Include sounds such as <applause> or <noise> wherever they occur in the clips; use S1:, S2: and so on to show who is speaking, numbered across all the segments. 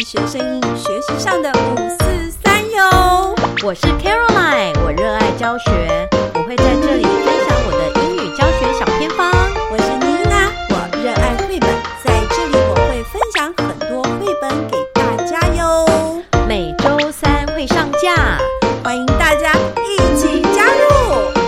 S1: 医学生英语学习上的五四三哟。
S2: 我是 Caroline，我热爱教学，我会在这里分享我的英语教学小偏方。
S1: 我是妮娜，我热爱绘本，在这里我会分享很多绘本给大家哟，
S2: 每周三会上架。
S1: 欢迎大家一起加入。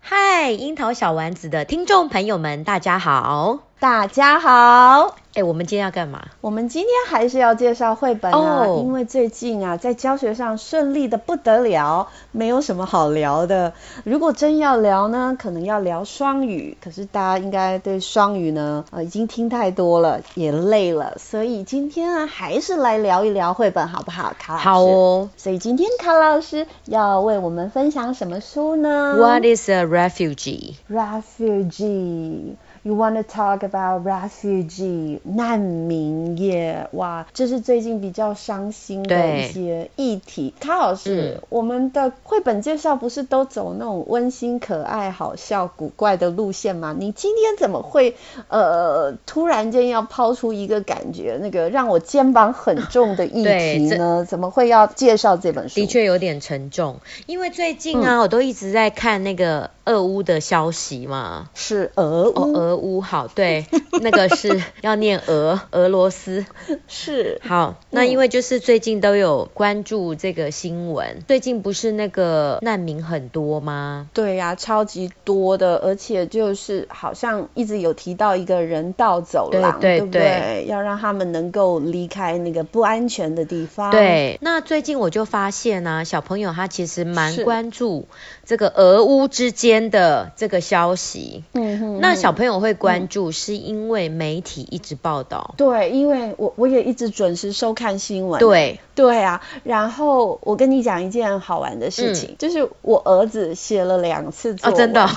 S2: 嗨，樱桃小丸子的听众朋友们，大家好。
S3: 大家好，
S2: 哎，我们今天要干嘛？
S3: 我们今天还是要介绍绘本啊
S2: 哦
S3: 因为最近啊在教学上顺利的不得了，没有什么好聊的。如果真要聊呢，可能要聊双语，可是大家应该对双语呢，呃，已经听太多了，也累了，所以今天啊还是来聊一聊绘本好不好，卡老师？
S2: 好。哦。
S3: 所以今天卡老师要为我们分享什么书呢
S2: What is a refugee？
S3: refugee. You want to talk about refugee 难民耶？哇，这是最近比较伤心的
S2: 对
S3: 一些议题。卡老师，
S2: 嗯
S3: 我们的绘本介绍不是都走那种温馨、可爱、好笑、古怪的路线吗？你今天怎么会呃突然间要抛出一个感觉那个让我肩膀很重的议
S2: 对
S3: 题
S2: 这
S3: 呢？怎么会要介绍这本书？
S2: 的确有点沉重，因为最近啊，我都一直在看那个俄乌的消息嘛。
S3: 是俄
S2: 哦，
S3: 乌，
S2: 俄乌好，对，那个是要念俄俄罗斯。
S3: 是
S2: 好，
S3: 嗯
S2: 那因为就是最近都有关注这个新闻，最近不是那个难民很多吗？
S3: 对呀、超级多的，而且就是好像一直有提到一个人道走廊，
S2: 对对
S3: 不对？要让他们能够离开那个不安全的地方。，
S2: 对，那最近我就发现啊，小朋友他其实蛮
S3: 是
S2: 关注这个俄乌之间的这个消息。
S3: 嗯哼，
S2: 那
S3: 嗯
S2: 小朋友会关注，是因为媒体一直报道。
S3: 对，因为我我也一直准时收看新闻。
S2: 对，
S3: 对啊，然后我跟你讲一件好玩的事情，就是我儿子写了两次
S2: 嗯哦，
S3: 作文，
S2: 真的哦、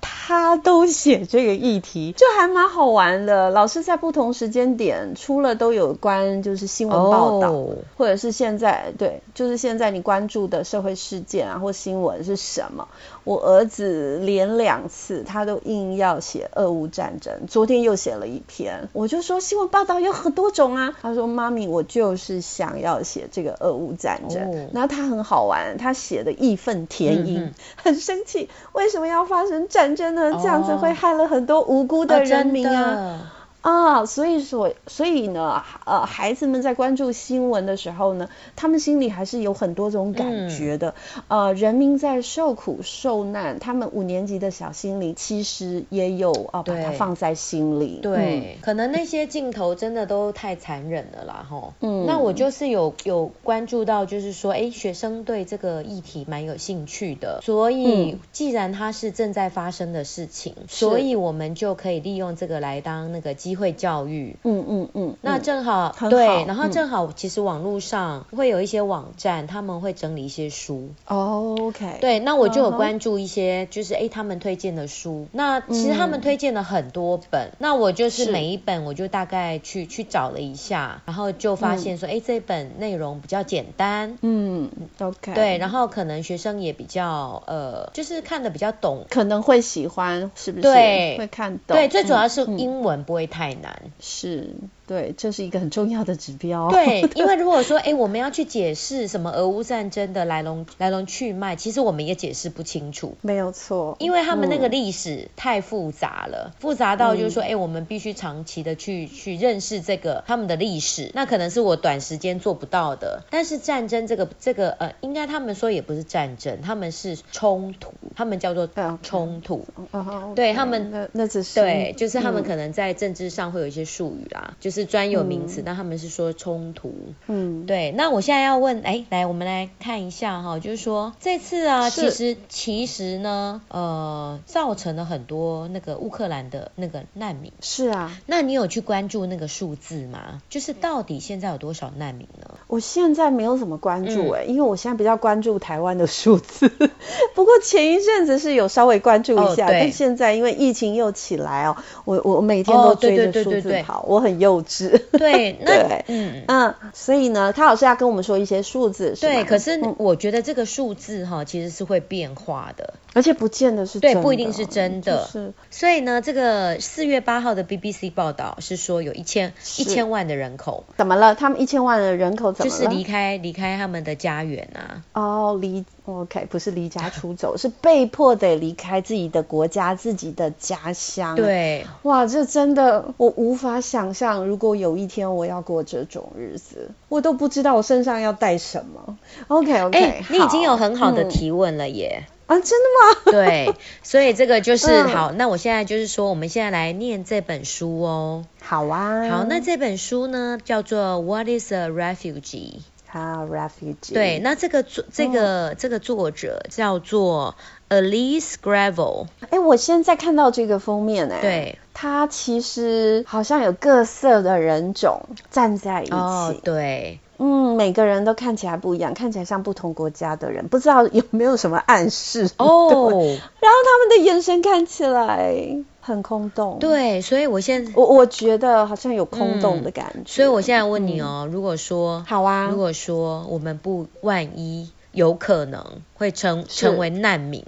S3: 他都写这个议题，就还蛮好玩的。老师在不同时间点出了都有关就是新闻报道。
S2: 哦
S3: 或者是现在对，就是现在你关注的社会事件啊或新闻是什么？我儿子连两次他都硬要写俄乌战争，昨天又写了一篇，我就说新闻报道有很多种啊，他说妈咪我就是想要写这个俄乌战争，
S2: 哦
S3: 然后他很好玩，他写的义愤填膺，
S2: 嗯嗯
S3: 很生气，为什么要发生战争呢？这样子
S2: 哦
S3: 会害了很多无辜的人民啊。
S2: 哦
S3: 啊，所以说，所以呢，呃，孩子们在关注新闻的时候呢，他们心里还是有很多
S2: 嗯
S3: 种感觉的。呃，人民在受苦受难，他们五年级的小心灵其实也有啊、把它
S2: 对
S3: 放在心里。
S2: 对，可能那些镜头真的都太残忍了啦，吼。
S3: 嗯
S2: 那我就是有有关注到，就是说，哎，学生对这个议题蛮有兴趣的，所以
S3: 嗯
S2: 既然它是正在发生的事情，所以我们就可以利用这个来当那个机会教育。
S3: 嗯嗯嗯嗯，
S2: 那正好、
S3: 很
S2: 对，
S3: 好
S2: 然后
S3: 嗯
S2: 正好，其实网络上会有一些网站，他们会整理一些书，
S3: 哦，OK，，
S2: 对，那我就有
S3: 嗯哼
S2: 关注一些，就是诶他们推荐的书。那其实他们推荐了很多本，那我就是
S3: 嗯是
S2: 每一本我就大概去去找了一下，然后就发现说，诶这本内容比较简单，
S3: 嗯，OK，
S2: 对，，然后可能学生也比较呃，就是看的比较懂。
S3: 可能会喜欢，是不是？
S2: 对
S3: 会看懂。
S2: 对，最主要是
S3: 嗯嗯哦
S2: 英文不会太难。
S3: 是，对，这是一个很重要的指标。
S2: 对，因为如果说诶我们要去解释什么俄乌战争的来龙来龙去脉，其实我们也解释不清楚。
S3: <laughs> 没有错，
S2: 因为他们那个
S3: 嗯
S2: 历史太复杂了，复杂到就是说，哎、我们必须长期的去去认识这个他们的历史，那可能是我短时间做不到的。但是战争这个这个呃，应该他们说也不是战争，他们是冲突，他们叫做
S3: 嗯
S2: 冲突。
S3: 哦
S2: 对
S3: OK，
S2: 他们
S3: 那那只是
S2: 对，就是他们
S3: 嗯
S2: 可能在政治上会有一些术语啦，就是专有名词，那他们是说冲突。
S3: 嗯，
S2: 对，那我现在要问，哎，来，我们来看一下哈，就是说这次啊，其
S3: 是
S2: 实其实呢，呃，造成了很多那个乌克兰的那个难民。
S3: 是啊，
S2: 那你有去关注那个数字吗？就是到底现在有多少难民呢？
S3: 我现在没有怎么关
S2: 嗯
S3: 注哎、因为我现在比较关注台湾的数字。 <laughs> 不过前一阵子是有稍微关注一下，
S2: 哦对
S3: 但现在因为疫情又起来哦，我我每天都
S2: 哦对
S3: 追着
S2: 对对
S3: 数
S2: 对
S3: 字
S2: 对
S3: 跑，我很幼稚。
S2: 对，那
S3: 啊对
S2: 嗯。
S3: <laughs> 嗯，所以呢，他老师要跟我们说一些数字，是嗯
S2: 对，
S3: 吗
S2: 可是我觉得这个数字哈、其实是会变化的，
S3: 而且不见得是
S2: 对
S3: 真
S2: 不一
S3: 的
S2: 定是真
S3: 就
S2: 的
S3: 是
S2: 所以呢，这个四月八号的 BBC 报道是说有一千一千万的人口
S3: 怎么了？他们一千万的人口怎
S2: 就
S3: 么了？
S2: 是离开离开他们的家园啊，
S3: 哦，离 OK 不是离家出走，是被迫得离开自己的国家、自己的家乡。，
S2: 对，
S3: 哇，这真的我无法想象，如果有一天我要过这种日子，我都不知道我身上要带什么。OK OK，、
S2: 哎、你已经有很好的
S3: 嗯
S2: 提问了耶。
S3: 啊，真的吗？ <laughs>
S2: 对，所以这个就是、
S3: 嗯
S2: 好。那我现在就是说，我们现在来念这本书哦。
S3: 好啊，
S2: 好，那这本书呢叫做《What Is a Refugee》。
S3: 好 refugee
S2: 对，那这个作这个、
S3: 嗯
S2: 这个作者叫做 Elise Gravel。
S3: 哎，我现在看到这个封面哎，，
S2: 对，
S3: 它其实好像有各色的人种站在一起，
S2: 哦，对，
S3: 嗯，每个人都看起来不一样，看起来像不同国家的人，不知道有没有什么暗示
S2: <laughs>
S3: 对
S2: 哦，
S3: <laughs> 然后他们的眼神看起来很空洞，，
S2: 对，所以我现在，
S3: 我我觉得好像有空洞的感觉，
S2: 嗯所以我现在问你哦，如果说
S3: 嗯好啊
S2: 如，果说我们不万一有可能会成成为难民，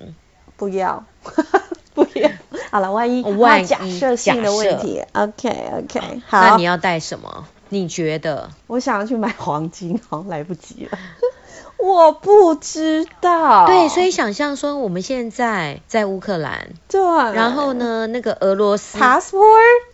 S3: 不要， <laughs> 不
S2: <laughs>
S3: 要，好了，万一
S2: 万一
S3: 假设性的问题，OK OK，好，
S2: 那你要带什么？你觉得？
S3: 我想要去买黄金，好像来不
S2: <laughs>
S3: 及了，我不知道，
S2: 对，所以想象说我们现在在乌克兰，
S3: 对，
S2: 然后呢，那个俄罗斯，
S3: ，passport，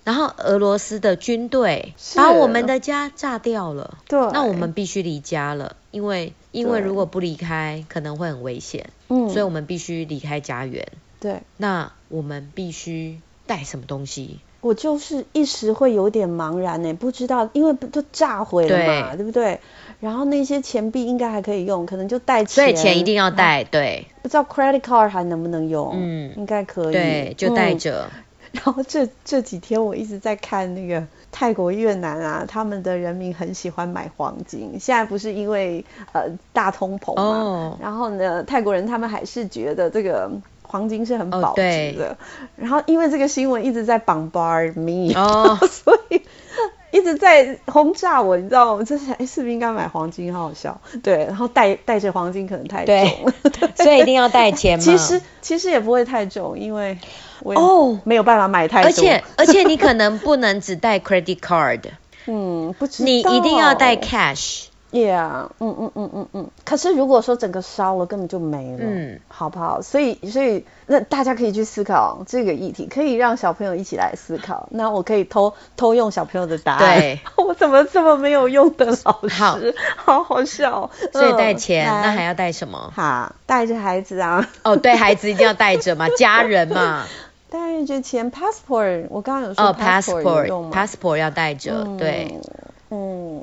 S2: 然后俄罗斯的军队
S3: 是
S2: 把我们的家炸掉了，
S3: 对，
S2: 那我们必须离家了，因为因为
S3: 对
S2: 如果不离开，可能会很危险，
S3: 嗯，
S2: 所以我们必须离开家园。
S3: 对。
S2: 那我们必须带什么东西？
S3: 我就是一时会有点茫然呢、不知道，因为不就炸毁了嘛，
S2: 对
S3: 对不对？然后那些钱币应该还可以用，可能就带
S2: 所
S3: 钱，
S2: 以钱一嗯定要带，对
S3: 不知道 credit card 还能不能用，
S2: 嗯
S3: 应该可以，
S2: 对，就带
S3: 嗯
S2: 着。
S3: 然后这这几天我一直在看那个泰国、越南啊，他们的人民很喜欢买黄金。现在不是因为呃大通膨嘛，
S2: 哦
S3: 然后呢，泰国人他们还是觉得这个。黄金是很
S2: 哦
S3: 保值
S2: 对
S3: 的，然后因为这个新闻一直在 bombard me，、
S2: 哦
S3: <laughs> 所以一直在轰炸我，你知道吗？我就想，哎，是不是应该买黄金？好好笑，对，然后带带着黄金可能太重
S2: 对
S3: 了，对
S2: 所以一定要带钱 <laughs> 嘛。
S3: 其实其实也不会太重，因为我也
S2: 哦
S3: 没有办法买太多，
S2: 而且而且你可能不能只带 credit <laughs> card，
S3: 嗯不知道欸
S2: 你一定要带 cash。
S3: ，Yeah，嗯嗯嗯嗯嗯。可是如果说整个烧了，根本就没了，
S2: 嗯，
S3: 好不好？所以所以那大家可以去思考这个议题，可以让小朋友一起来思考。那我可以偷偷用小朋友的答案，
S2: 对，
S3: <laughs> 我怎么这么没有用的老
S2: 好
S3: 师，好好笑哦。
S2: 所以
S3: 嗯
S2: 带钱，
S3: 来
S2: 那还要带什么？
S3: 哈带着孩子啊。
S2: 哦，对孩子一定要带着 <laughs> 嘛，家人嘛，
S3: 带着钱 passport，我刚刚有说
S2: 哦
S3: passport 有用吗？
S2: ，passport，passport 要带着，对。
S3: 嗯，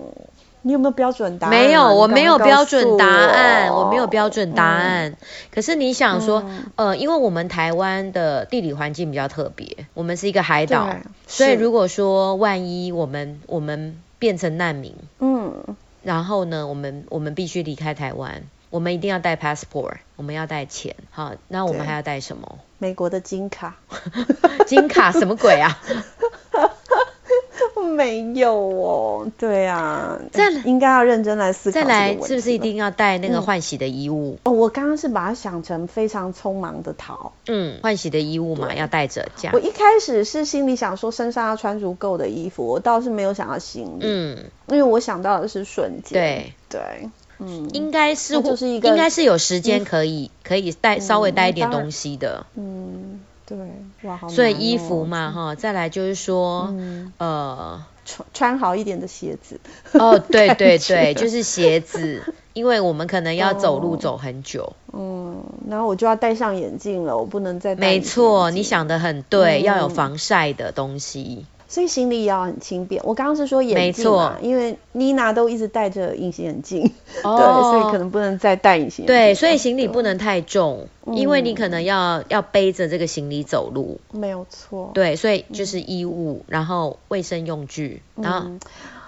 S3: 你有没有标准答案啊？
S2: 没有，
S3: 你
S2: 我
S3: 赶
S2: 没
S3: 快
S2: 有
S3: 告
S2: 标准
S3: 诉
S2: 答案，
S3: 我嗯
S2: 我没有标准答案。可是你想说，呃，因为我们台湾的地理环境比较特别，我们是一个海岛
S3: 对，
S2: 所以
S3: 是
S2: 如果说万一我们我们变成难民，
S3: 嗯，
S2: 然后呢，我们我们必须离开台湾，我们一定要带 passport，我们要带钱，好，那我们
S3: 对
S2: 还要带什么？ <laughs>
S3: 美国的金卡
S2: 金卡什么鬼
S3: <laughs>
S2: 啊？
S3: 没有哦。对啊，
S2: 再来
S3: 应该要认真来思考。
S2: 再来是不是一？定要带那个
S3: 嗯
S2: 换洗的衣物？
S3: 哦，我刚刚是把它想成非常匆忙的逃。
S2: 嗯，换洗的衣物嘛，要带着这样
S3: 我。一开始是心里想说身上要穿足够的衣服，我倒是没有想到行李，
S2: 嗯，
S3: 因为我想到的是瞬间。
S2: 对
S3: 对，嗯，
S2: 应该是
S3: 那就是一个嗯
S2: 应该是有时间可以可以带稍微带一点
S3: 当然
S2: 东西的，
S3: 嗯，对，哇，好、哦。
S2: 所以衣服嘛哈，再来就是说
S3: 嗯，
S2: 呃
S3: 穿穿好一点的鞋子。
S2: 哦对对
S3: <laughs>
S2: 对，
S3: 感觉
S2: 就是鞋子，因为我们可能要走路
S3: 哦
S2: 走很久。
S3: 嗯，然后我就要戴上眼镜了，我不能再戴
S2: 没
S3: 隐形
S2: 错，
S3: 眼镜
S2: 你。想的很对，
S3: 嗯
S2: 要有防晒的东西。
S3: 所以行李也要很轻便。我刚刚是说眼镜嘛，因为妮娜都一直戴着隐形眼镜，对，所以可能不能再戴隐形眼镜了。
S2: 哦对，所以行李不能太重，
S3: 嗯
S2: 因为你可能要要背着这个行李走路。
S3: 没有错。
S2: 对，所以就是衣物，
S3: 嗯
S2: 然后卫生用具，然后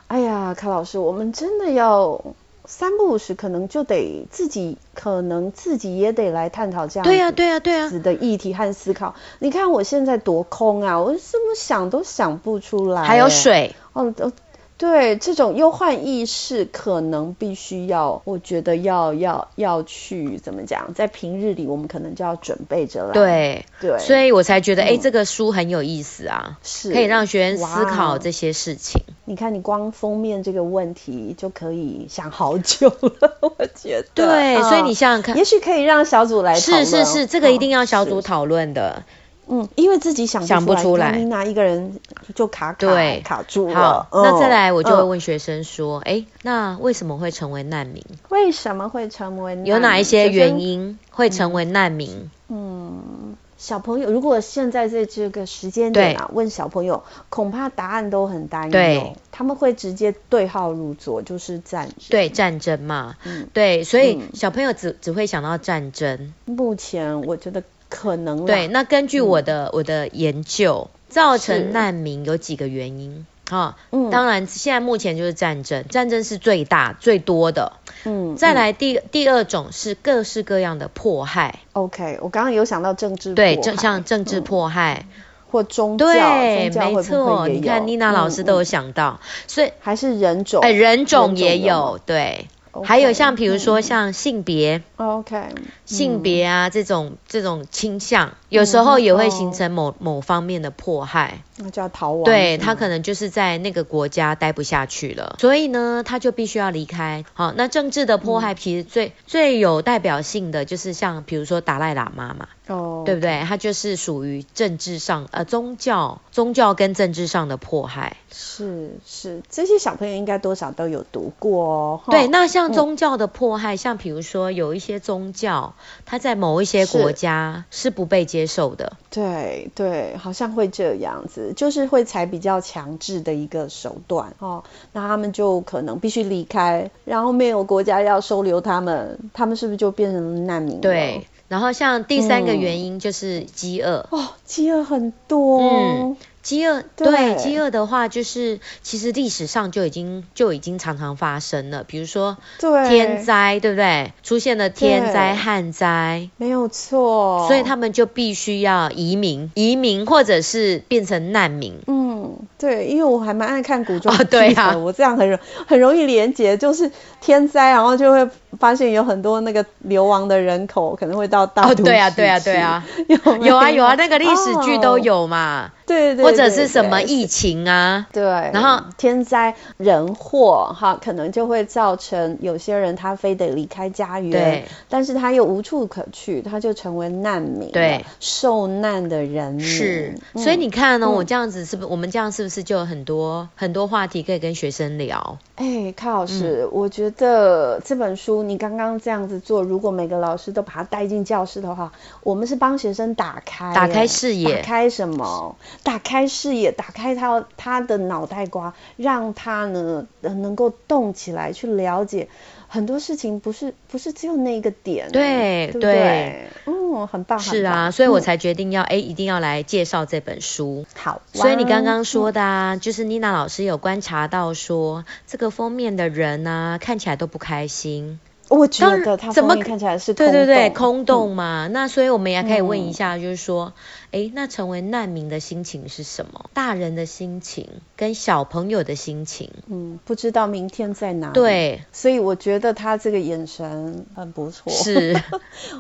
S3: 哎呀，卡老师，我们真的要三不五时可能就得自己，可能自己也得来探讨这样
S2: 对啊呀、
S3: 子
S2: 对呀、对呀、
S3: 子的议题和思考。你看我现在多空啊，我怎么想都想不出来。
S2: 还有，水，
S3: 哦，哦对，这种忧患意识可能必须要，我觉得要要要去怎么讲，在平日里我们可能就要准备着来。
S2: 对，
S3: 对，
S2: 所以我才觉得，哎、
S3: 嗯
S2: 这个书很有意思啊，
S3: 是
S2: 可以让学员思
S3: 哇哦
S2: 考这些事情。
S3: 你看，你光封面这个问题就可以想好久了，我觉得。
S2: 对，
S3: 嗯
S2: 所以你想想看
S3: 也，许可以让小组来讨
S2: 是
S3: 论
S2: 是是，这个一定要小
S3: 嗯
S2: 组
S3: 是
S2: 讨论的。
S3: 嗯，因为自己想
S2: 想不
S3: 不
S2: 出
S3: 来，
S2: 来
S3: 你拿一个人就卡卡
S2: 对
S3: 卡住
S2: 好。，
S3: 了
S2: 那再来
S3: 嗯
S2: 我就会
S3: 嗯
S2: 问学生说，哎、那为什么会成为难民？
S3: 为什么会成为
S2: 有哪一些原？
S3: 学生
S2: 因会成为难民？
S3: 嗯，小朋友，如果现在在这个时间点啊，问小朋友，恐怕答案都很单一、
S2: 对
S3: 哦，他们会直接对号入座，就是战争。
S2: 对战争嘛，
S3: 嗯
S2: 对，所以
S3: 嗯
S2: 小朋友只只会想到战争。
S3: 目前我觉得可能啦
S2: 对，那根据我的、我的研究，造
S3: 嗯是
S2: 成难民有几个原因啊、
S3: 嗯
S2: 当然，现在目前就是战争，战争是最大最多的。
S3: 嗯，
S2: 再来第第二种是各式各样的迫害，
S3: OK，我刚刚有想到政治
S2: 对，
S3: 迫
S2: 正
S3: 害
S2: 像政治迫害，
S3: 或嗯宗教，
S2: 对，
S3: 宗教
S2: 没
S3: 会不
S2: 错。
S3: 会也
S2: 你看
S3: 有
S2: 妮娜老师都有
S3: 嗯嗯嗯
S2: 想到，所以
S3: 还是人种，
S2: 哎、人种
S3: 人种
S2: 也
S3: 有吗
S2: 有，对。
S3: OK，
S2: 还有像比如说
S3: 嗯
S2: 像性别、
S3: 哦 OK 嗯
S2: 性别啊这种这种倾向，有时候也会形
S3: 哦
S2: 成某、某方面的迫害。
S3: 那就要逃亡，
S2: 对
S3: 嗯
S2: 他可能就是在那个国家待不下去了，所以呢，他就必须要离开。好，那政治的迫
S3: 嗯
S2: 害其实最、最有代表性的就是像比如说达赖喇嘛嘛，
S3: 哦，
S2: 对不对？他就是属于政治上呃宗教宗教跟政治上的迫害。
S3: 是是，这些小朋友应该多少都有读过哦，哈
S2: 对，那像
S3: 嗯
S2: 宗教的迫害，像比如说有一些宗教，它在某一些国
S3: 是
S2: 家是不被接受的。
S3: 对对，好像会这样子，就是会采比较强制的一个手段哦。那他们就可能必须离开，然后没有国家要收留他们，他们是不是就变成难民了？
S2: 对，然后像第三个
S3: 哦嗯
S2: 原因就是饥饿，
S3: 哦，饥饿很多
S2: 嗯
S3: 哦，
S2: 饥饿
S3: 对
S2: 对饥饿的话，就是其实历史上就已经就已经常常发生了，比如说
S3: 对，
S2: 天灾，对不对？出现了天灾、
S3: 对哦
S2: 旱灾，
S3: 没有错，
S2: 所以他们就必须要移民，移民或者是变成难民。
S3: 嗯，对，因为我还蛮爱看古装
S2: 啊
S3: 剧的，
S2: 对啊
S3: 我这样很容很容易连结，就是天灾，然后就会发现有很多那个流亡的人口可能会到大
S2: 哦，
S3: 都
S2: 对啊，
S3: 市
S2: 对啊，
S3: 去
S2: 对，啊，
S3: <laughs> 有没
S2: 有啊有啊，那个历史剧都，
S3: 哦
S2: 有嘛。
S3: 对对对，
S2: 或者是什么
S3: 对
S2: 疫情啊，
S3: 对，
S2: 然后
S3: 天灾人祸哈，可能就会造成有些人他非得离开家园
S2: 对，
S3: 但是他又无处可去，他就成为难民了，
S2: 对
S3: 受难的人民
S2: 是，
S3: 嗯
S2: 所以你看呢、
S3: 嗯
S2: 我这样子是不是我们这样是不是就有很多很多话题可以跟学生聊？
S3: 哎，卡老
S2: 嗯
S3: 师，我觉得这本书你刚刚这样子做，如果每个老师都把它带进教室的话，我们是帮学生打开耶，
S2: 打开视野
S3: 打开什么？打开视野，打开他他的脑袋瓜，让他呢呃能够动起来，去了解很多事情，不是不是只有那一个点，
S2: 对
S3: 对不
S2: 对
S3: 对？嗯，很棒，
S2: 是
S3: 很棒
S2: 啊，所以我
S3: 嗯
S2: 才决定要哎、一定要来介绍这本书。
S3: 好哇，
S2: 所以你刚刚说
S3: 嗯
S2: 的啊，就是妮娜老师有观察到说，这个封面的人啊，看起来都不开心。
S3: 我觉
S2: 当然
S3: 得他
S2: 怎么
S3: 封面看起来是
S2: 对对对，
S3: 空
S2: 空
S3: 洞嗯
S2: 洞嘛。那所以我们也可以问
S3: 嗯
S2: 一下，就是说，哎、那成为难民的心情是什么？大人的心情跟小朋友的心情，
S3: 嗯，不知道明天在哪里。
S2: 对，
S3: 所以我觉得他这个眼神很不错，
S2: 是，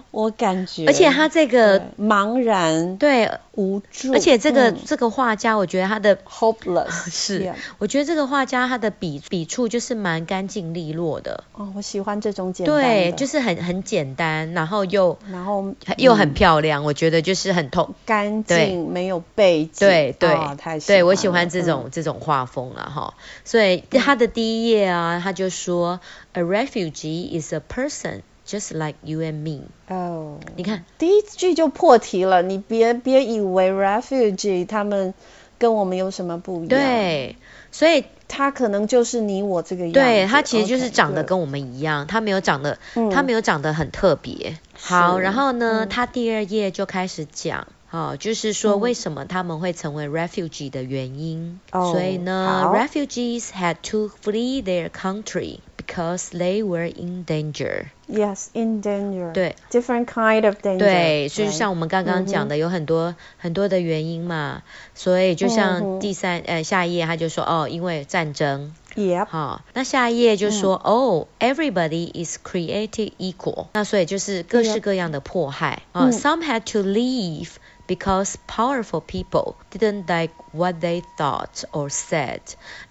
S3: 我感觉，
S2: <laughs> 而且他这
S3: 对
S2: 个
S3: 茫然
S2: 对，
S3: 无助，
S2: 而且这个、
S3: 嗯
S2: 这个画家，我觉得他的
S3: hopeless
S2: 是
S3: yeah
S2: 我觉得这个画家他的笔笔触就是蛮干净利落的，
S3: 哦，我喜欢这种简单的，
S2: 对，就是很很简单，然后又
S3: 然后
S2: 又很
S3: 嗯
S2: 漂亮，我觉得就是很透。
S3: 干
S2: 对
S3: 净，没有背景，
S2: 对对、
S3: 啊太喜欢嗯
S2: 对，我
S3: 了
S2: 喜欢这种、这种画风了哈。所以他的第一页啊，他就说，A refugee is a person just like you and me。
S3: 嗯哦。
S2: 你看，
S3: 第一句就破题了，你别别以为 refugee 他们跟我们有什么不一样，，
S2: 对，所以
S3: 他可能就是你我这个样子，
S2: 对他其实就是
S3: OK，
S2: 长得
S3: 对
S2: 跟我们一样，他没有长得
S3: 嗯
S2: 他没有长得很特别。好，
S3: 是
S2: 然后呢，
S3: 嗯
S2: 他第二页就开始讲。哦，就是说为什么他们会成为 refugee 的原因。
S3: 哦
S2: 所以呢
S3: 好
S2: ，refugees had to flee their country because they were in danger。
S3: Yes, in danger.
S2: 对
S3: ，different kind of danger.
S2: 对，就是
S3: right? 嗯
S2: 像我们刚刚讲的，有很多很多的原因嘛，所以就
S3: 嗯
S2: 像第三呃下一页他就说哦，因为战争，
S3: Yep.
S2: 好，那下一页就说、
S3: 嗯
S2: 哦，everybody is created equal，那所以就是各式各样的迫害啊、s
S3: 嗯
S2: o m e had to leave because powerful people didn't like what they thought or said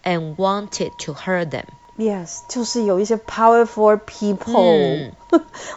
S2: and wanted to hurt them。
S3: Yes，就是有一些 powerful people、
S2: 嗯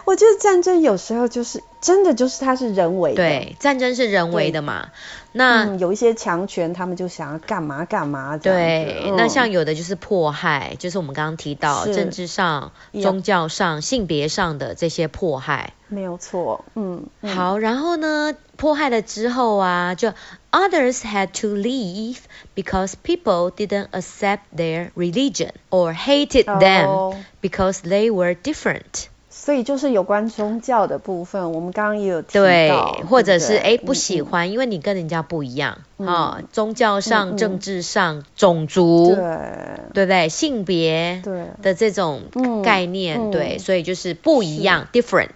S3: 我觉得战争有时候就是真的就是它是人为的，
S2: 对，战争是人为的嘛，那。
S3: 嗯，有一些强权他们就想要干嘛干嘛这样子
S2: 对，
S3: 嗯
S2: 那像有的就是迫害，就是我们刚刚提到
S3: 是
S2: 政治上、
S3: Yeah
S2: 宗教上、性别上的这些迫害。
S3: 没有错，嗯，嗯
S2: 好，然后呢，迫害了之后啊，就 others had to leave because people didn't accept their religion or hated them、
S3: 哦
S2: because they were different。
S3: 所以就是有关宗教的部分，我们刚刚也有提到，
S2: 对
S3: 对，
S2: 或者是哎
S3: 哎
S2: 不喜欢，因为你跟人家不一样啊、
S3: 嗯
S2: 宗教上、
S3: 嗯嗯
S2: 政治上、种族，
S3: 对
S2: 对不对？性别，
S3: 对，
S2: 的这种
S3: 嗯
S2: 概念，
S3: 嗯
S2: 对，所以就是不一样，different。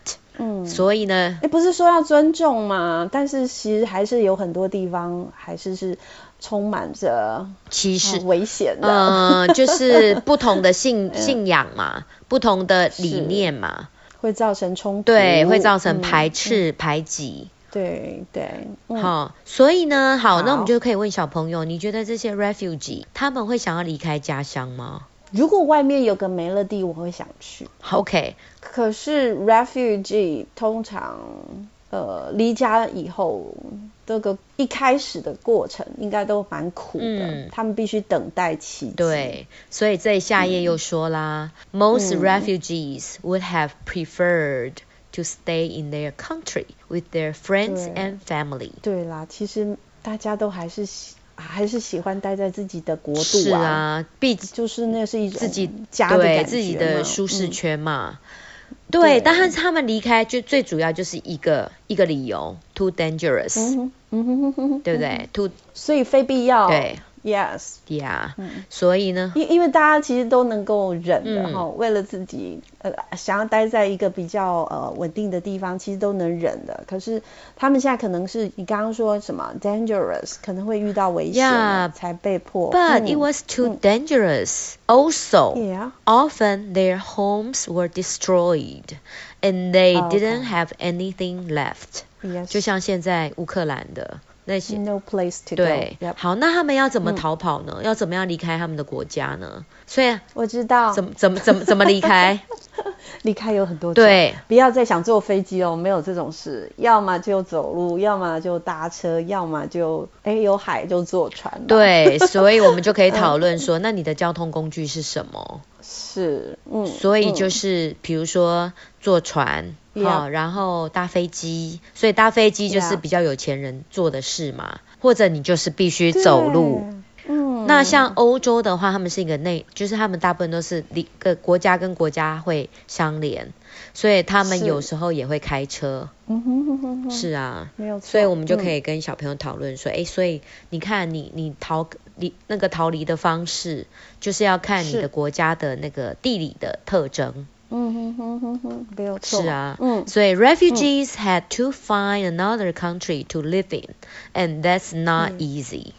S3: 嗯，
S2: 所以呢，
S3: 哎，不是说要尊重嘛，但是其实还是有很多地方还是是充满着
S2: 其
S3: 啊
S2: 实，
S3: 危险的，嗯
S2: 呃，就是不同的
S3: <laughs>
S2: 信信仰嘛，不同的理念嘛，
S3: 会造成冲突，
S2: 对，会造成
S3: 嗯
S2: 排斥、排挤。
S3: 对对，嗯
S2: 好，所以呢，好，那我们
S3: 好
S2: 就可以问小朋友，你觉得这些 refugee 他们会想要离开家乡吗
S3: 如果外面有个梅乐蒂，我会想去。
S2: ？OK，
S3: 可是 refugee 通常呃离家以后，这个一开始的过程应该都蛮苦的，
S2: 嗯
S3: 他们必须等待奇迹。
S2: 对，所以这下一页又说啦、m o s t
S3: 嗯
S2: refugees would have preferred to stay in their country with their friends
S3: 对
S2: and family。
S3: 对啦，其实大家都还是喜还是喜欢待在自己的国
S2: 是
S3: 度啊，
S2: 啊，毕
S3: 就是那是一种
S2: 自己
S3: 家的
S2: 对
S3: 感
S2: 自己
S3: 觉
S2: 的
S3: 嘛
S2: 舒适圈嘛。
S3: 对
S2: 嗯对，但是他们离开就最主要就是一个一个理由，too dangerous，、
S3: 嗯哼嗯哼哼哼哼，
S2: 对不对？too
S3: 所以非必要。
S2: 对
S3: ，yes，
S2: 呀、所以呢，
S3: 因因为大家其实都能够忍的
S2: 嗯
S3: 哈、为了自己呃想要待在一个比较呃稳定的地方，其实都能忍的。可是他们现在可能是你刚刚说什么 dangerous，可能会遇到危险
S2: Yeah,
S3: 才被迫。
S2: But it
S3: 嗯
S2: was too dangerous. Also,
S3: Yeah.
S2: often their homes were destroyed and they
S3: Oh,
S2: didn't
S3: okay.
S2: have anything left.
S3: yes,
S2: 就像现在乌克兰的那些。
S3: no place to go。
S2: 对
S3: Yep，
S2: 好，那他们要怎么逃跑呢？要怎么样离开他们的国家呢？所以啊
S3: 我知道
S2: 怎么怎么怎么怎么离开？
S3: 离开有很多种。
S2: 对，
S3: 不要再想坐飞机哦，没有这种事。要么就走路，要么就搭车，要么就哎有海就坐船吧。
S2: 对，所以我们就可以讨论说，那你的交通工具是什么？
S3: 是，嗯，
S2: 所以
S3: 嗯
S2: 就是比如说坐船，好
S3: Yeah
S2: 然后搭飞机，所以搭飞机就是
S3: Yeah
S2: 比较有钱人做的事嘛，或者你就是必须走路。。
S3: 对嗯，
S2: 那像欧洲的话，他们是一个内，就是他们大部分都是离个国家跟国家会相连，所以他们
S3: 是
S2: 有时候也会开车。
S3: 嗯哼哼哼哼，
S2: 是啊，
S3: 没有错，嗯
S2: 所以我们就可以跟小朋友讨论说，哎、所以你看你你逃离那个逃离的方式，就是要看你
S3: 是
S2: 的国家的那个地理的特征。
S3: 嗯，嗯哼哼哼哼，没有错，
S2: 是啊，
S3: 嗯，
S2: 所以 refugees had to find another country to live in, and that's not
S3: 嗯
S2: easy.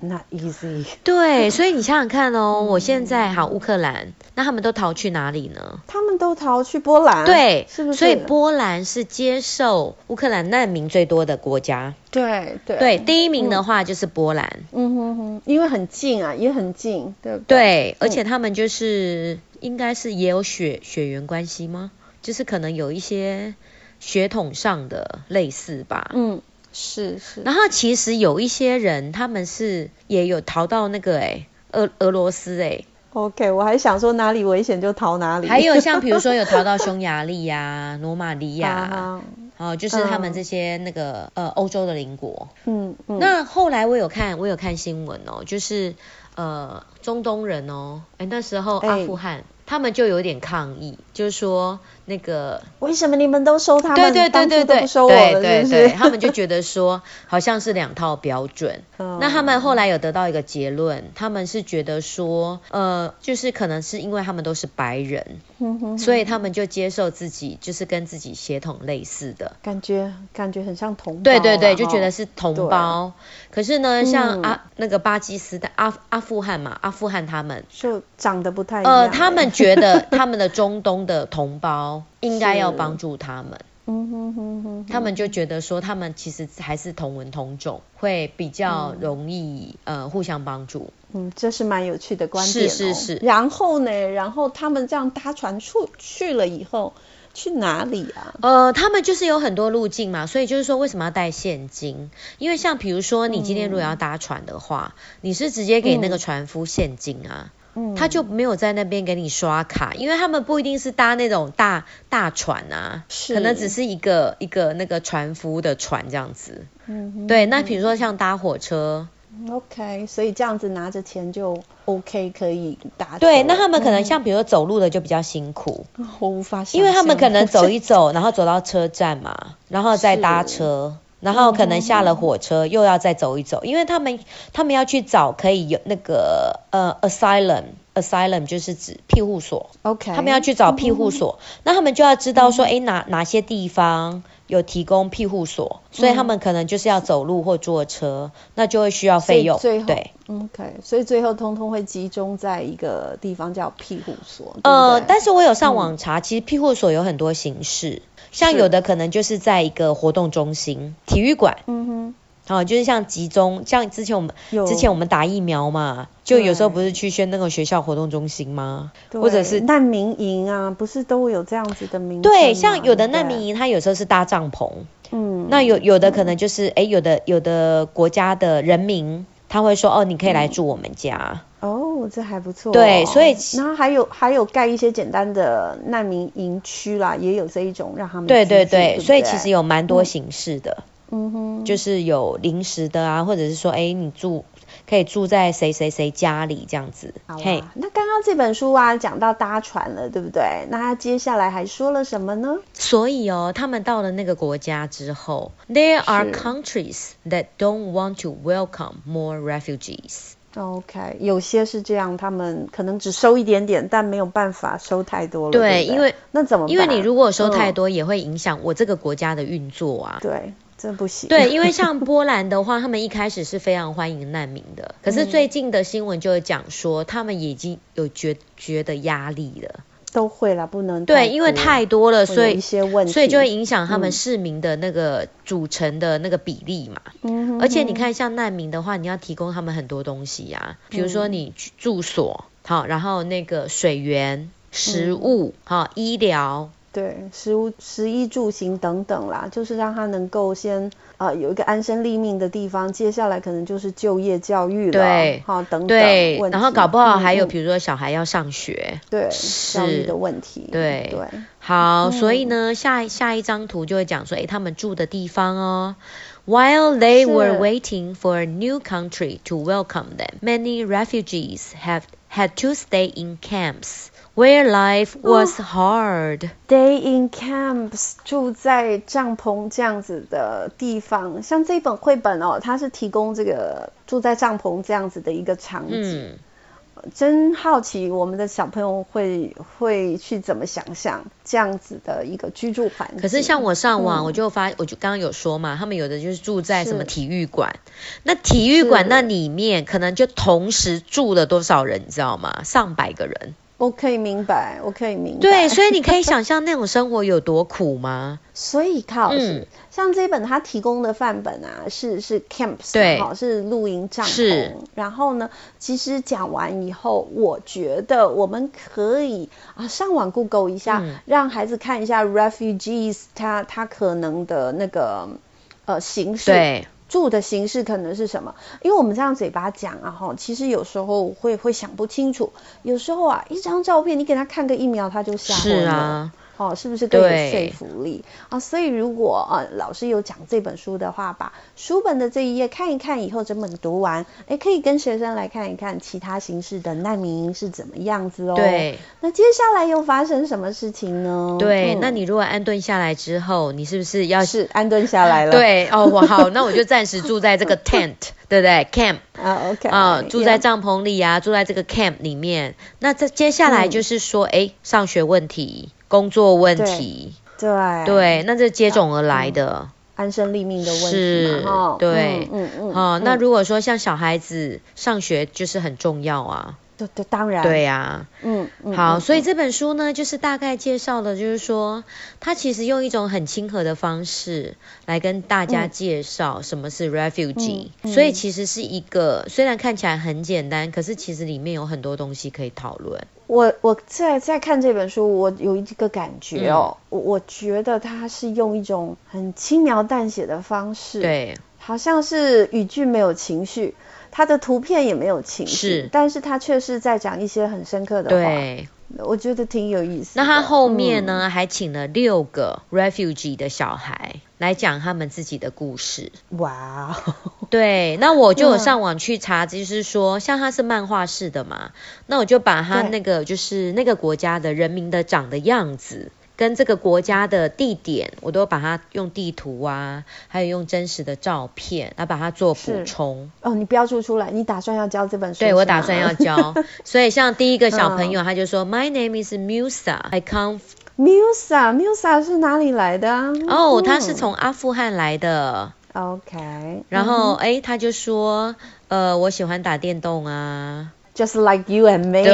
S3: ，yes，not easy，
S2: 对，所以你想想看
S3: 嗯
S2: 哦，我现在好乌克兰，那他们都逃去哪里呢？
S3: <laughs> 他们都逃去波兰，
S2: 对，
S3: 啊是不是？
S2: 所以波兰是接受乌克兰难民最多的国家。
S3: 对对
S2: 对，，第一名的话就是波兰。
S3: 嗯哼哼，因为很近啊，也很近，对不对？
S2: 对，而且他们就是应该是也有血血缘关系吗？就是可能有一些血统上的类似吧。
S3: 嗯，是是，
S2: 然后其实有一些人他们是也有逃到那个哎、俄俄罗斯
S3: <laughs>
S2: 哎、
S3: OK，我还想说哪里危险就逃哪里，
S2: 还有像比如说有逃到匈牙利呀、 <laughs> 罗马尼亚，
S3: 啊，
S2: 哦，就是他们
S3: 嗯
S2: 这些那个呃欧洲的邻国。
S3: 嗯嗯，
S2: 那后来我有看，我有看新闻哦，就是呃中东人哦，哎那时候
S3: 哎
S2: 阿富汗、他们就有点抗议，就是说那个
S3: 为什么你们都收他
S2: 对
S3: 们，
S2: 对对
S3: 当
S2: 对
S3: 初都
S2: 对
S3: 不收我
S2: 对
S3: 了，
S2: 对
S3: 是不
S2: 对，
S3: 是？
S2: 他们就觉得说好像是两套标准。
S3: 嗯
S2: 那他们后来有得到一个结论，他们是觉得说，呃，就是可能是因为他们都是白人，
S3: 嗯哼
S2: 所以他们就接受自己就是跟自己血统类似的。
S3: 感觉感觉很像同胞
S2: 对对对，
S3: 啦
S2: 就觉得
S3: 哈
S2: 是同胞。可是呢，
S3: 嗯
S2: 像阿、那个巴基斯坦、阿阿富汗嘛，阿富汗他们，
S3: 就长得不太一样欸。
S2: 呃，他们觉
S3: <laughs>
S2: 得他们的中东的同胞应该要
S3: 是
S2: 帮助他们。
S3: 嗯哼哼哼，
S2: 他们就觉得说，他们其实还是同文同种，会比较容易、呃互相帮助。
S3: 嗯，这是蛮有趣的观
S2: 是
S3: 点、哦。
S2: 是是
S3: 然后呢？然后他们这样搭船出去了以后，去哪里啊？
S2: 呃，他们就是有很多路径嘛，所以就是说为什么要带现金？因为像比如说你今天如果要搭船的话，你是直接给那个船夫现金啊，
S3: 嗯，
S2: 他就没有在那边给你刷卡，因为他们不一定是搭那种大大船啊，
S3: 是
S2: 可能只是一个一个那个船夫的船这样子。
S3: 嗯哼
S2: 对，那比如说像搭火车，
S3: OK，所以这样子拿着钱就 OK，可以搭车。
S2: 对，那他们可能像比如说走路的就比较辛苦，
S3: 哦我无法想象，
S2: 因为他们可能走一走，然后走到车站嘛，然后再搭车，然后可能下了火车又要再走一走，因为他们他们要去找可以有那个呃 asylum。asylum 就是指庇护所，
S3: OK，嗯
S2: 他们要去找庇护所，那他们就要知道说，诶，哪哪些地方有提供庇护所，所
S3: 嗯
S2: 以他们可能就是要走路或坐车，那就会需要费用，
S3: 所以最后
S2: 对。
S3: OK，所以最后通通会集中在一个地方叫庇护所。
S2: 呃，
S3: 对不对嗯
S2: 但是我有上网查，其实庇护所有很多形式，像
S3: 是
S2: 有的可能就是在一个活动中心、体育馆，
S3: 嗯哼，哦
S2: 好、就是像集中，像之前我们
S3: 有
S2: 之前我们打疫苗嘛，就有时候
S3: 对
S2: 不是去宣那个学校活动中心吗？或者
S3: 对
S2: 是
S3: 难民营啊，不是都有这样子的名称吗？
S2: 对，像有的难民
S3: 嗯对，
S2: 营，它有时候是搭帐篷，
S3: 嗯，
S2: 那有有的可能就是，诶，有的有的国家的人民。他会说哦，你可以来
S3: 嗯
S2: 住我们家，
S3: 哦，这还不错哦。
S2: 对所以其
S3: 然后还有还有盖一些简单的难民营区啦，也有这一种让他们
S2: 对
S3: 居住
S2: 对
S3: 对
S2: 对，
S3: 不
S2: 所以其实
S3: 对
S2: 有蛮多形式的。
S3: 嗯哼，
S2: 就是有临时的啊，或者是说，哎、你住可以住在谁谁谁家里这样子。
S3: 好啊。那刚刚这本书啊，讲到搭船了，对不对？那他接下来还说了什么呢？
S2: 所以哦，他们到了那个国家之后，there are
S3: 是
S2: countries that don't want to welcome more refugees。
S3: OK，有些是这样，他们可能只收一点点，但没有办法收太多了。
S2: 对
S3: 对不对
S2: 因为
S3: 那怎么办？
S2: 因为你如果收太
S3: 嗯、
S2: 多，也会影响我这个国家的运作 <laughs> 啊。
S3: 对，这不行。
S2: 对，因为像波兰的话，他们一开始是非常欢迎难民的，可是最近的新闻就会讲说，他们已经有觉觉得压力了。
S3: 都会啦，不能
S2: 对，因为
S3: 多
S2: 太多了，
S3: 会
S2: 所
S3: 有
S2: 以
S3: 一些问题，
S2: 所以就会影响他们
S3: 嗯
S2: 市民的那个组成的那个比例嘛。
S3: 嗯哼
S2: 而且你看，像难民的话，你要提供他们很多东西呀、
S3: 嗯
S2: 比如说你去住所，好，然后那个水
S3: 嗯
S2: 源、食物，好，医疗。
S3: 对，食物、食衣住行等等啦，就是让他能够先呃有一个安身立命的地方，接下来可能就是就业、教育了，
S2: 对
S3: 好等等
S2: 对，
S3: 问
S2: 然后
S3: 题
S2: 搞不好还有，
S3: 嗯嗯
S2: 比如说小孩要上学，
S3: 对教
S2: 是
S3: 育的问题，
S2: 对
S3: 对，
S2: 好，
S3: 嗯
S2: 所以呢，下下一张图就会讲说，诶，他们住的地方哦。While they
S3: 是
S2: were waiting for a new country to welcome them, many refugees have had to stay in camps where life
S3: 哦
S2: was hard.
S3: Day in camps，住在帐篷这样子的地方，像这本绘本哦，它是提供这个住在帐篷这样子的一个场景。
S2: 嗯，
S3: 真好奇我们的小朋友会会去怎么想象这样子的一个居住环境。
S2: 可是像我上网，
S3: 嗯
S2: 我就发，我就刚刚有说嘛，他们有的就是住在什么
S3: 是
S2: 体育馆，那体育
S3: 是
S2: 馆那里面可能就同时住了多少人，你知道吗？上百个人。
S3: 我可以明白，我可以明白。
S2: 对，所以你可以想象那种生活有多苦吗？
S3: 所以靠是、
S2: 嗯
S3: 像这本它提供的范本啊，是是 camps，
S2: 对
S3: 好是露营帐篷
S2: 是。
S3: 然后呢，其实讲完以后，我觉得我们可以啊上网 Google 一下，
S2: 嗯
S3: 让孩子看一下 refugees 它它可能的那个呃形式。
S2: 对，
S3: 住的形式可能是什么？因为我们这样嘴巴讲啊，哈，其实有时候会会想不清楚。有时候啊，一张照片你给他看个一秒，他就吓昏
S2: 是
S3: 了。
S2: 啊，
S3: 哦，是不是更有
S2: 对
S3: 说服力啊？所以如果呃老师有讲这本书的话，把书本的这一页看一看，以后整本读完，哎，可以跟学生来看一看其他形式的难民营是怎么样子哦。，
S2: 对
S3: 那接下来又发生什么事情呢？
S2: 对，
S3: 嗯
S2: 那你如呃果安顿下来之后，你是不是要
S3: 是安顿下来
S2: <laughs>
S3: 了。
S2: 对哦，我好，那我就暂时住在这
S3: <laughs>
S2: 个 tent，对不对？camp
S3: 啊，OK
S2: 啊、住
S3: yeah
S2: 在帐篷里啊，住在这个 camp 里面。那这接下
S3: 嗯
S2: 来就是说，哎、上学问题、工作问题，
S3: 对
S2: 对，那这接踵而来的。
S3: 安身立命的问题
S2: 是
S3: 嘛，哈，
S2: 对
S3: 嗯嗯嗯，
S2: 哦，那
S3: 嗯
S2: 如果说像小孩子上学就是很重要啊，
S3: 对对，当然，
S2: 对啊，
S3: 嗯，嗯，
S2: 好，
S3: 嗯
S2: 所以
S3: 嗯
S2: 这本书呢，就是大概介绍的，就是说，它其实用一种很亲和的方式来跟大家
S3: 嗯
S2: 介绍什么是 refugee，、
S3: 嗯
S2: 所以其实是一个虽然看起来很简单，可是其实里面有很多东西可以讨论。
S3: 我我在在看这本书，我有一个感觉哦，
S2: 嗯
S3: 我我觉得它是用一种很轻描淡写的方式，，
S2: 对，
S3: 好像是语句没有情绪，它的图片也没有情绪
S2: 是，
S3: 但是它却是在讲一些很深刻的话，
S2: 对。
S3: 我觉得挺有意思的。嗯
S2: 那他后面呢，还请了六个 refugee 的小孩来讲他们自己的故事。
S3: 嗯？哇哦，
S2: 对，那我就有
S3: 嗯
S2: 上网去查，就是说，像它是漫画式的嘛，那我就把它
S3: 对
S2: 那个就是那个国家的人民的长的样子。跟这个国家的地点，我都把它用地图啊，还有用真实的照片来把它做补
S3: 是
S2: 充。
S3: 哦，你标注出来，你打算要教这本书？
S2: 对，我
S3: 是
S2: 打
S3: 吗
S2: 算
S3: <laughs>
S2: 要教，所以像第一个
S3: 嗯
S2: 小朋友，他就说，My name is Musa, I come
S3: Musa，Musa 是哪里来的啊？
S2: 哦，
S3: 嗯
S2: 他是从阿富汗来的，
S3: OK，
S2: 然后哎、他就说，呃，我喜欢打电动啊，
S3: Just like you and me，
S2: 对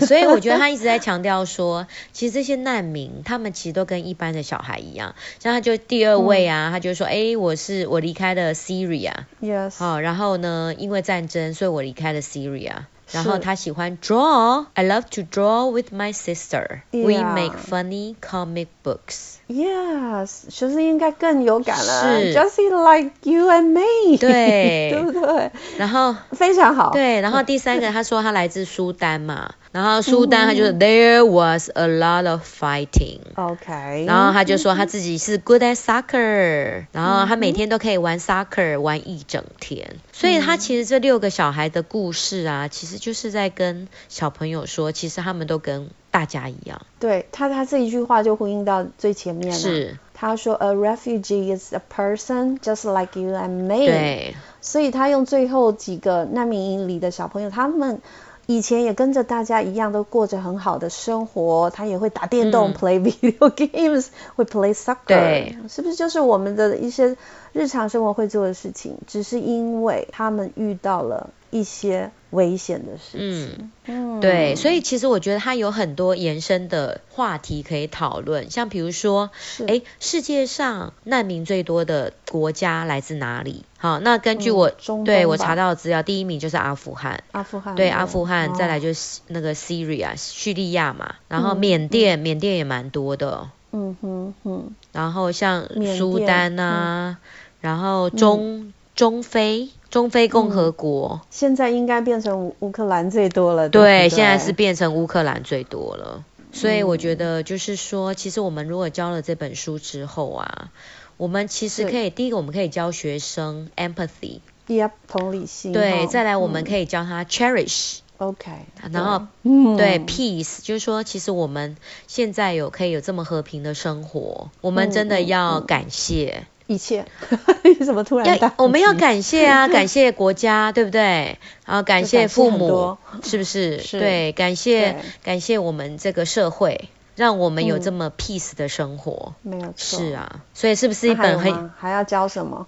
S3: right？
S2: 所以我觉得他一直在强调说， <laughs> 其实这些难民他们其实都跟一般的小孩一样，像他就第二位啊，他就说，哎，我是我离开了 Syria，
S3: <laughs> Yes，
S2: 好、然后呢，因为战争，所以我离开了 Syria。然后
S3: 是
S2: 他喜欢 draw，I love to draw with my sister. We
S3: Yeah
S2: make funny comic
S3: <laughs>
S2: books.
S3: Yes，学生应该更有感了。
S2: 是
S3: Just like you and me，
S2: 对
S3: 对不对？
S2: 然后
S3: 非常好。
S2: 对，然后第三个他说他来自苏丹嘛，然后苏
S3: 嗯
S2: 丹他就是 there was a lot of fighting。
S3: ，OK。
S2: 然后他就
S3: 嗯
S2: 说他自己是 good at soccer，然后他每天都可以玩 soccer 玩一整天，所以
S3: 嗯
S2: 他其实这六个小孩的故事啊，其实就是在跟小朋友说，其实他们都跟大家一样，
S3: 对他他这一句话就呼应到最前面了。，
S2: 是
S3: 他说 A refugee is a person <laughs> just like you and me。，
S2: 对
S3: 所以他用最后几个难民营里的小朋友，他们以前也跟着大家一样，都过着很好的生活。他也会打电动、
S2: 嗯
S3: play <laughs> video games，会 play soccer，
S2: 对
S3: 是不是就是我们的一些日常生活会做的事情？只是因为他们遇到了一些危险的事情。
S2: 嗯。
S3: 嗯，
S2: 对，所以其实我觉得它有很多延伸的话题可以讨论，像比如说，
S3: 是
S2: 哎，世界上难民最多的国家来自哪里？好，那根据我、
S3: 嗯中
S2: 对
S3: 东
S2: 我
S3: 吧
S2: 查到的资料，第一名就是阿富汗，
S3: 阿富汗，
S2: 对阿富汗，
S3: 哦
S2: 再来就是那个 Syria 叙利亚嘛，然后
S3: 嗯
S2: 缅甸，缅甸也蛮多的，
S3: 嗯哼哼，
S2: 然后像
S3: 缅
S2: 苏
S3: 甸嗯
S2: 丹啊，然后中、中非中非共和国，
S3: 现在应该变成乌乌克兰最多了。嗯对不
S2: 对，
S3: 对，
S2: 现在是变成乌克兰最多了。所以我
S3: 嗯
S2: 觉得就是说，其实我们如果教了这本书之后啊，我们其实
S3: 是
S2: 可以，第一个我们可以教学生 empathy，
S3: Yep，同理心。
S2: 对，
S3: 哦
S2: 再来我们
S3: 嗯
S2: 可以教他 cherish，
S3: OK，
S2: 然后
S3: 对嗯
S2: 对 peace，就是说其实我们现在有可以有这么和平的生活，我们
S3: 嗯
S2: 真的
S3: 嗯
S2: 要
S3: 嗯
S2: 感谢，
S3: 一切， <laughs> 你怎么突然
S2: 要
S3: 大？
S2: 我们要感谢
S3: <laughs>
S2: 啊，感谢国家，对不对？然后感
S3: 就
S2: 谢
S3: 感谢
S2: 父
S3: 很
S2: 母
S3: 多，
S2: 是不是？
S3: 是
S2: 对，感谢
S3: 对
S2: 感谢我们这个社会，让我们有
S3: 嗯
S2: 这么 peace 的生活。
S3: 没有错。
S2: 是，啊，所以是不是一
S3: 那还
S2: 本 <laughs>
S3: 有
S2: 很
S3: 吗？还要教什么？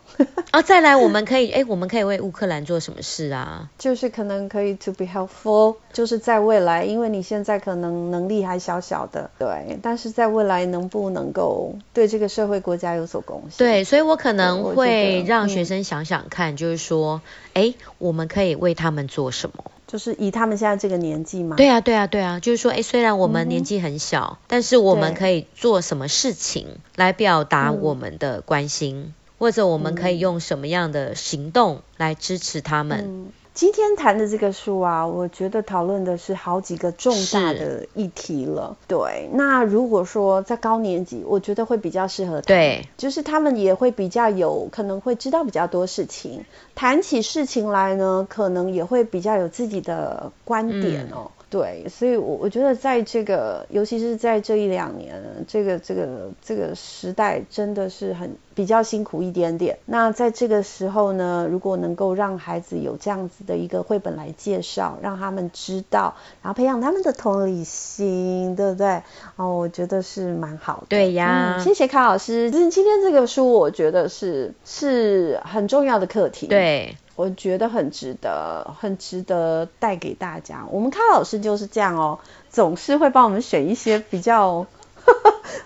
S2: 啊？再来，我们可以哎，我们可以为乌克兰做什么事啊？
S3: 就是可能可以 to be helpful，就是在未来，因为你现在可能能力还小小的，对，但是在未来能不能够对这个社会国家有所贡献？
S2: 对，所以我可能
S3: 我觉
S2: 会
S3: 得
S2: 让
S3: 嗯
S2: 学生想想看，就是说，哎，我们可以为他们做什么？
S3: 就是以他们现在这个年纪嘛，
S2: 对啊，对啊，对啊，就是说，哎，虽然我
S3: 嗯
S2: 们年纪很小，但是我们
S3: 对
S2: 可以做什么事情来表达我们的关心，或者我们可以用什么样的行动来支持他们？
S3: 嗯，今天谈的这个书啊，我觉得讨论的是好几个重大的议题了。对，那如果说在高年级，我觉得会比较适合谈，
S2: 对，
S3: 就是他们也会比较有可能会知道比较多事情，谈起事情来呢，可能也会比较有自己的观
S2: 嗯
S3: 点哦。对，所以我，我觉得在这个，尤其是在这一两年，这个这个这个时代，真的是很比较辛苦一点点。那在这个时候呢，如果能够让孩子有这样子的一个绘本来介绍，让他们知道，然后培养他们的同理心，对不对？哦，我觉得是蛮好的。
S2: 对呀
S3: 嗯，谢谢卡老师。其实今天这个书，我觉得是是很重要的课题。。
S2: 对，
S3: 我觉得很值得，很值得带给大家。我们康老师就是这样哦，总是会帮我们选一些比较 <laughs>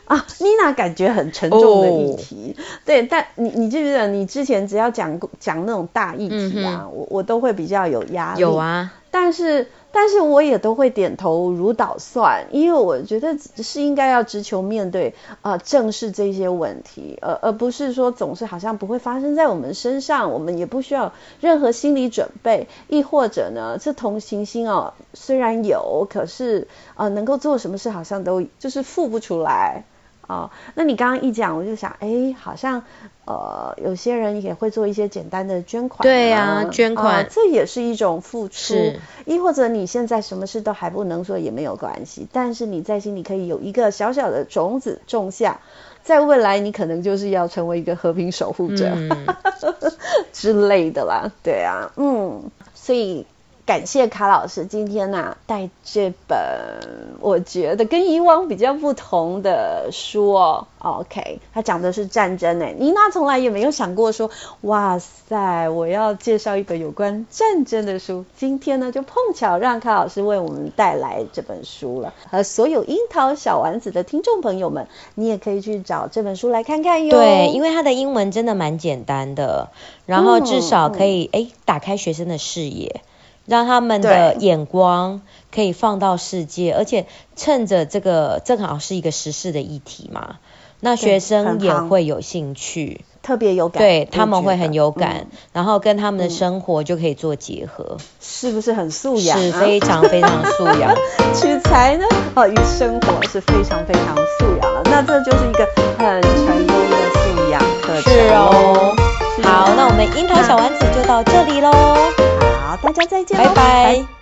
S3: 啊，妮娜感觉很沉重的议题。
S2: 哦
S3: 对，但你你记不记得你之前只要讲讲那种大
S2: 嗯
S3: 议题
S1: 嗯
S3: 啊，我我都会比较有压力。
S2: 有，啊，
S3: 但是但是我也都会点头如捣蒜，因为我觉得是应该要直球面对，呃，正视这些问题，呃而、而不是说总是好像不会发生在我们身上，我们也不需要任何心理准备，亦或者呢，这同情心哦虽然有，可是呃能够做什么事好像都就是付不出来。哦，那你刚刚一讲，我就想，哎，好像，呃，有些人也会做一些简单的捐款、
S2: 对啊捐款
S3: 哦这也是一种付出
S2: 是。
S3: 亦或者你现在什么事都还不能说，也没有关系，但是你在心里可以有一个小小的种子种下，在未来你可能就是要成为一个和平守护者、
S2: 嗯，
S3: 之类的啦。对啊，嗯，所以。感谢卡老师今天呐、带这本我觉得跟以往比较不同的书哦。OK，他讲的是战争诶，妮娜从来也没有想过说，哇塞，我要介绍一本有关战争的书。今天呢，就碰巧让卡老师为我们带来这本书了。和所有樱桃小丸子的听众朋友们，你也可以去找这本书来看看哟。
S2: 对，因为它的英文真的蛮简单的，然后至少可
S3: 嗯
S2: 以哎、诶打开学生的视野，让他们的
S3: 对
S2: 眼光可以放到世界，而且趁着这个正好是一个时事的议题嘛，那学
S3: 对
S2: 生
S3: 很
S2: 也
S3: 夯
S2: 会有兴趣，
S3: 特别有感，
S2: 对
S3: 我
S2: 他们
S3: 觉
S2: 会
S3: 得
S2: 很有
S3: 嗯
S2: 感，然后跟他们的生活就可以做结合，
S3: 是不是很素养、啊？
S2: 是非常非常素
S3: <laughs>
S2: 养。
S3: 取材呢，哦，与生活是非常非常素养的。那这就是一个很成功的素养课程
S2: 是哦
S3: 是
S2: 好，那我们樱桃小丸子就到这里喽，
S3: 好，大家再见哦，
S2: 拜拜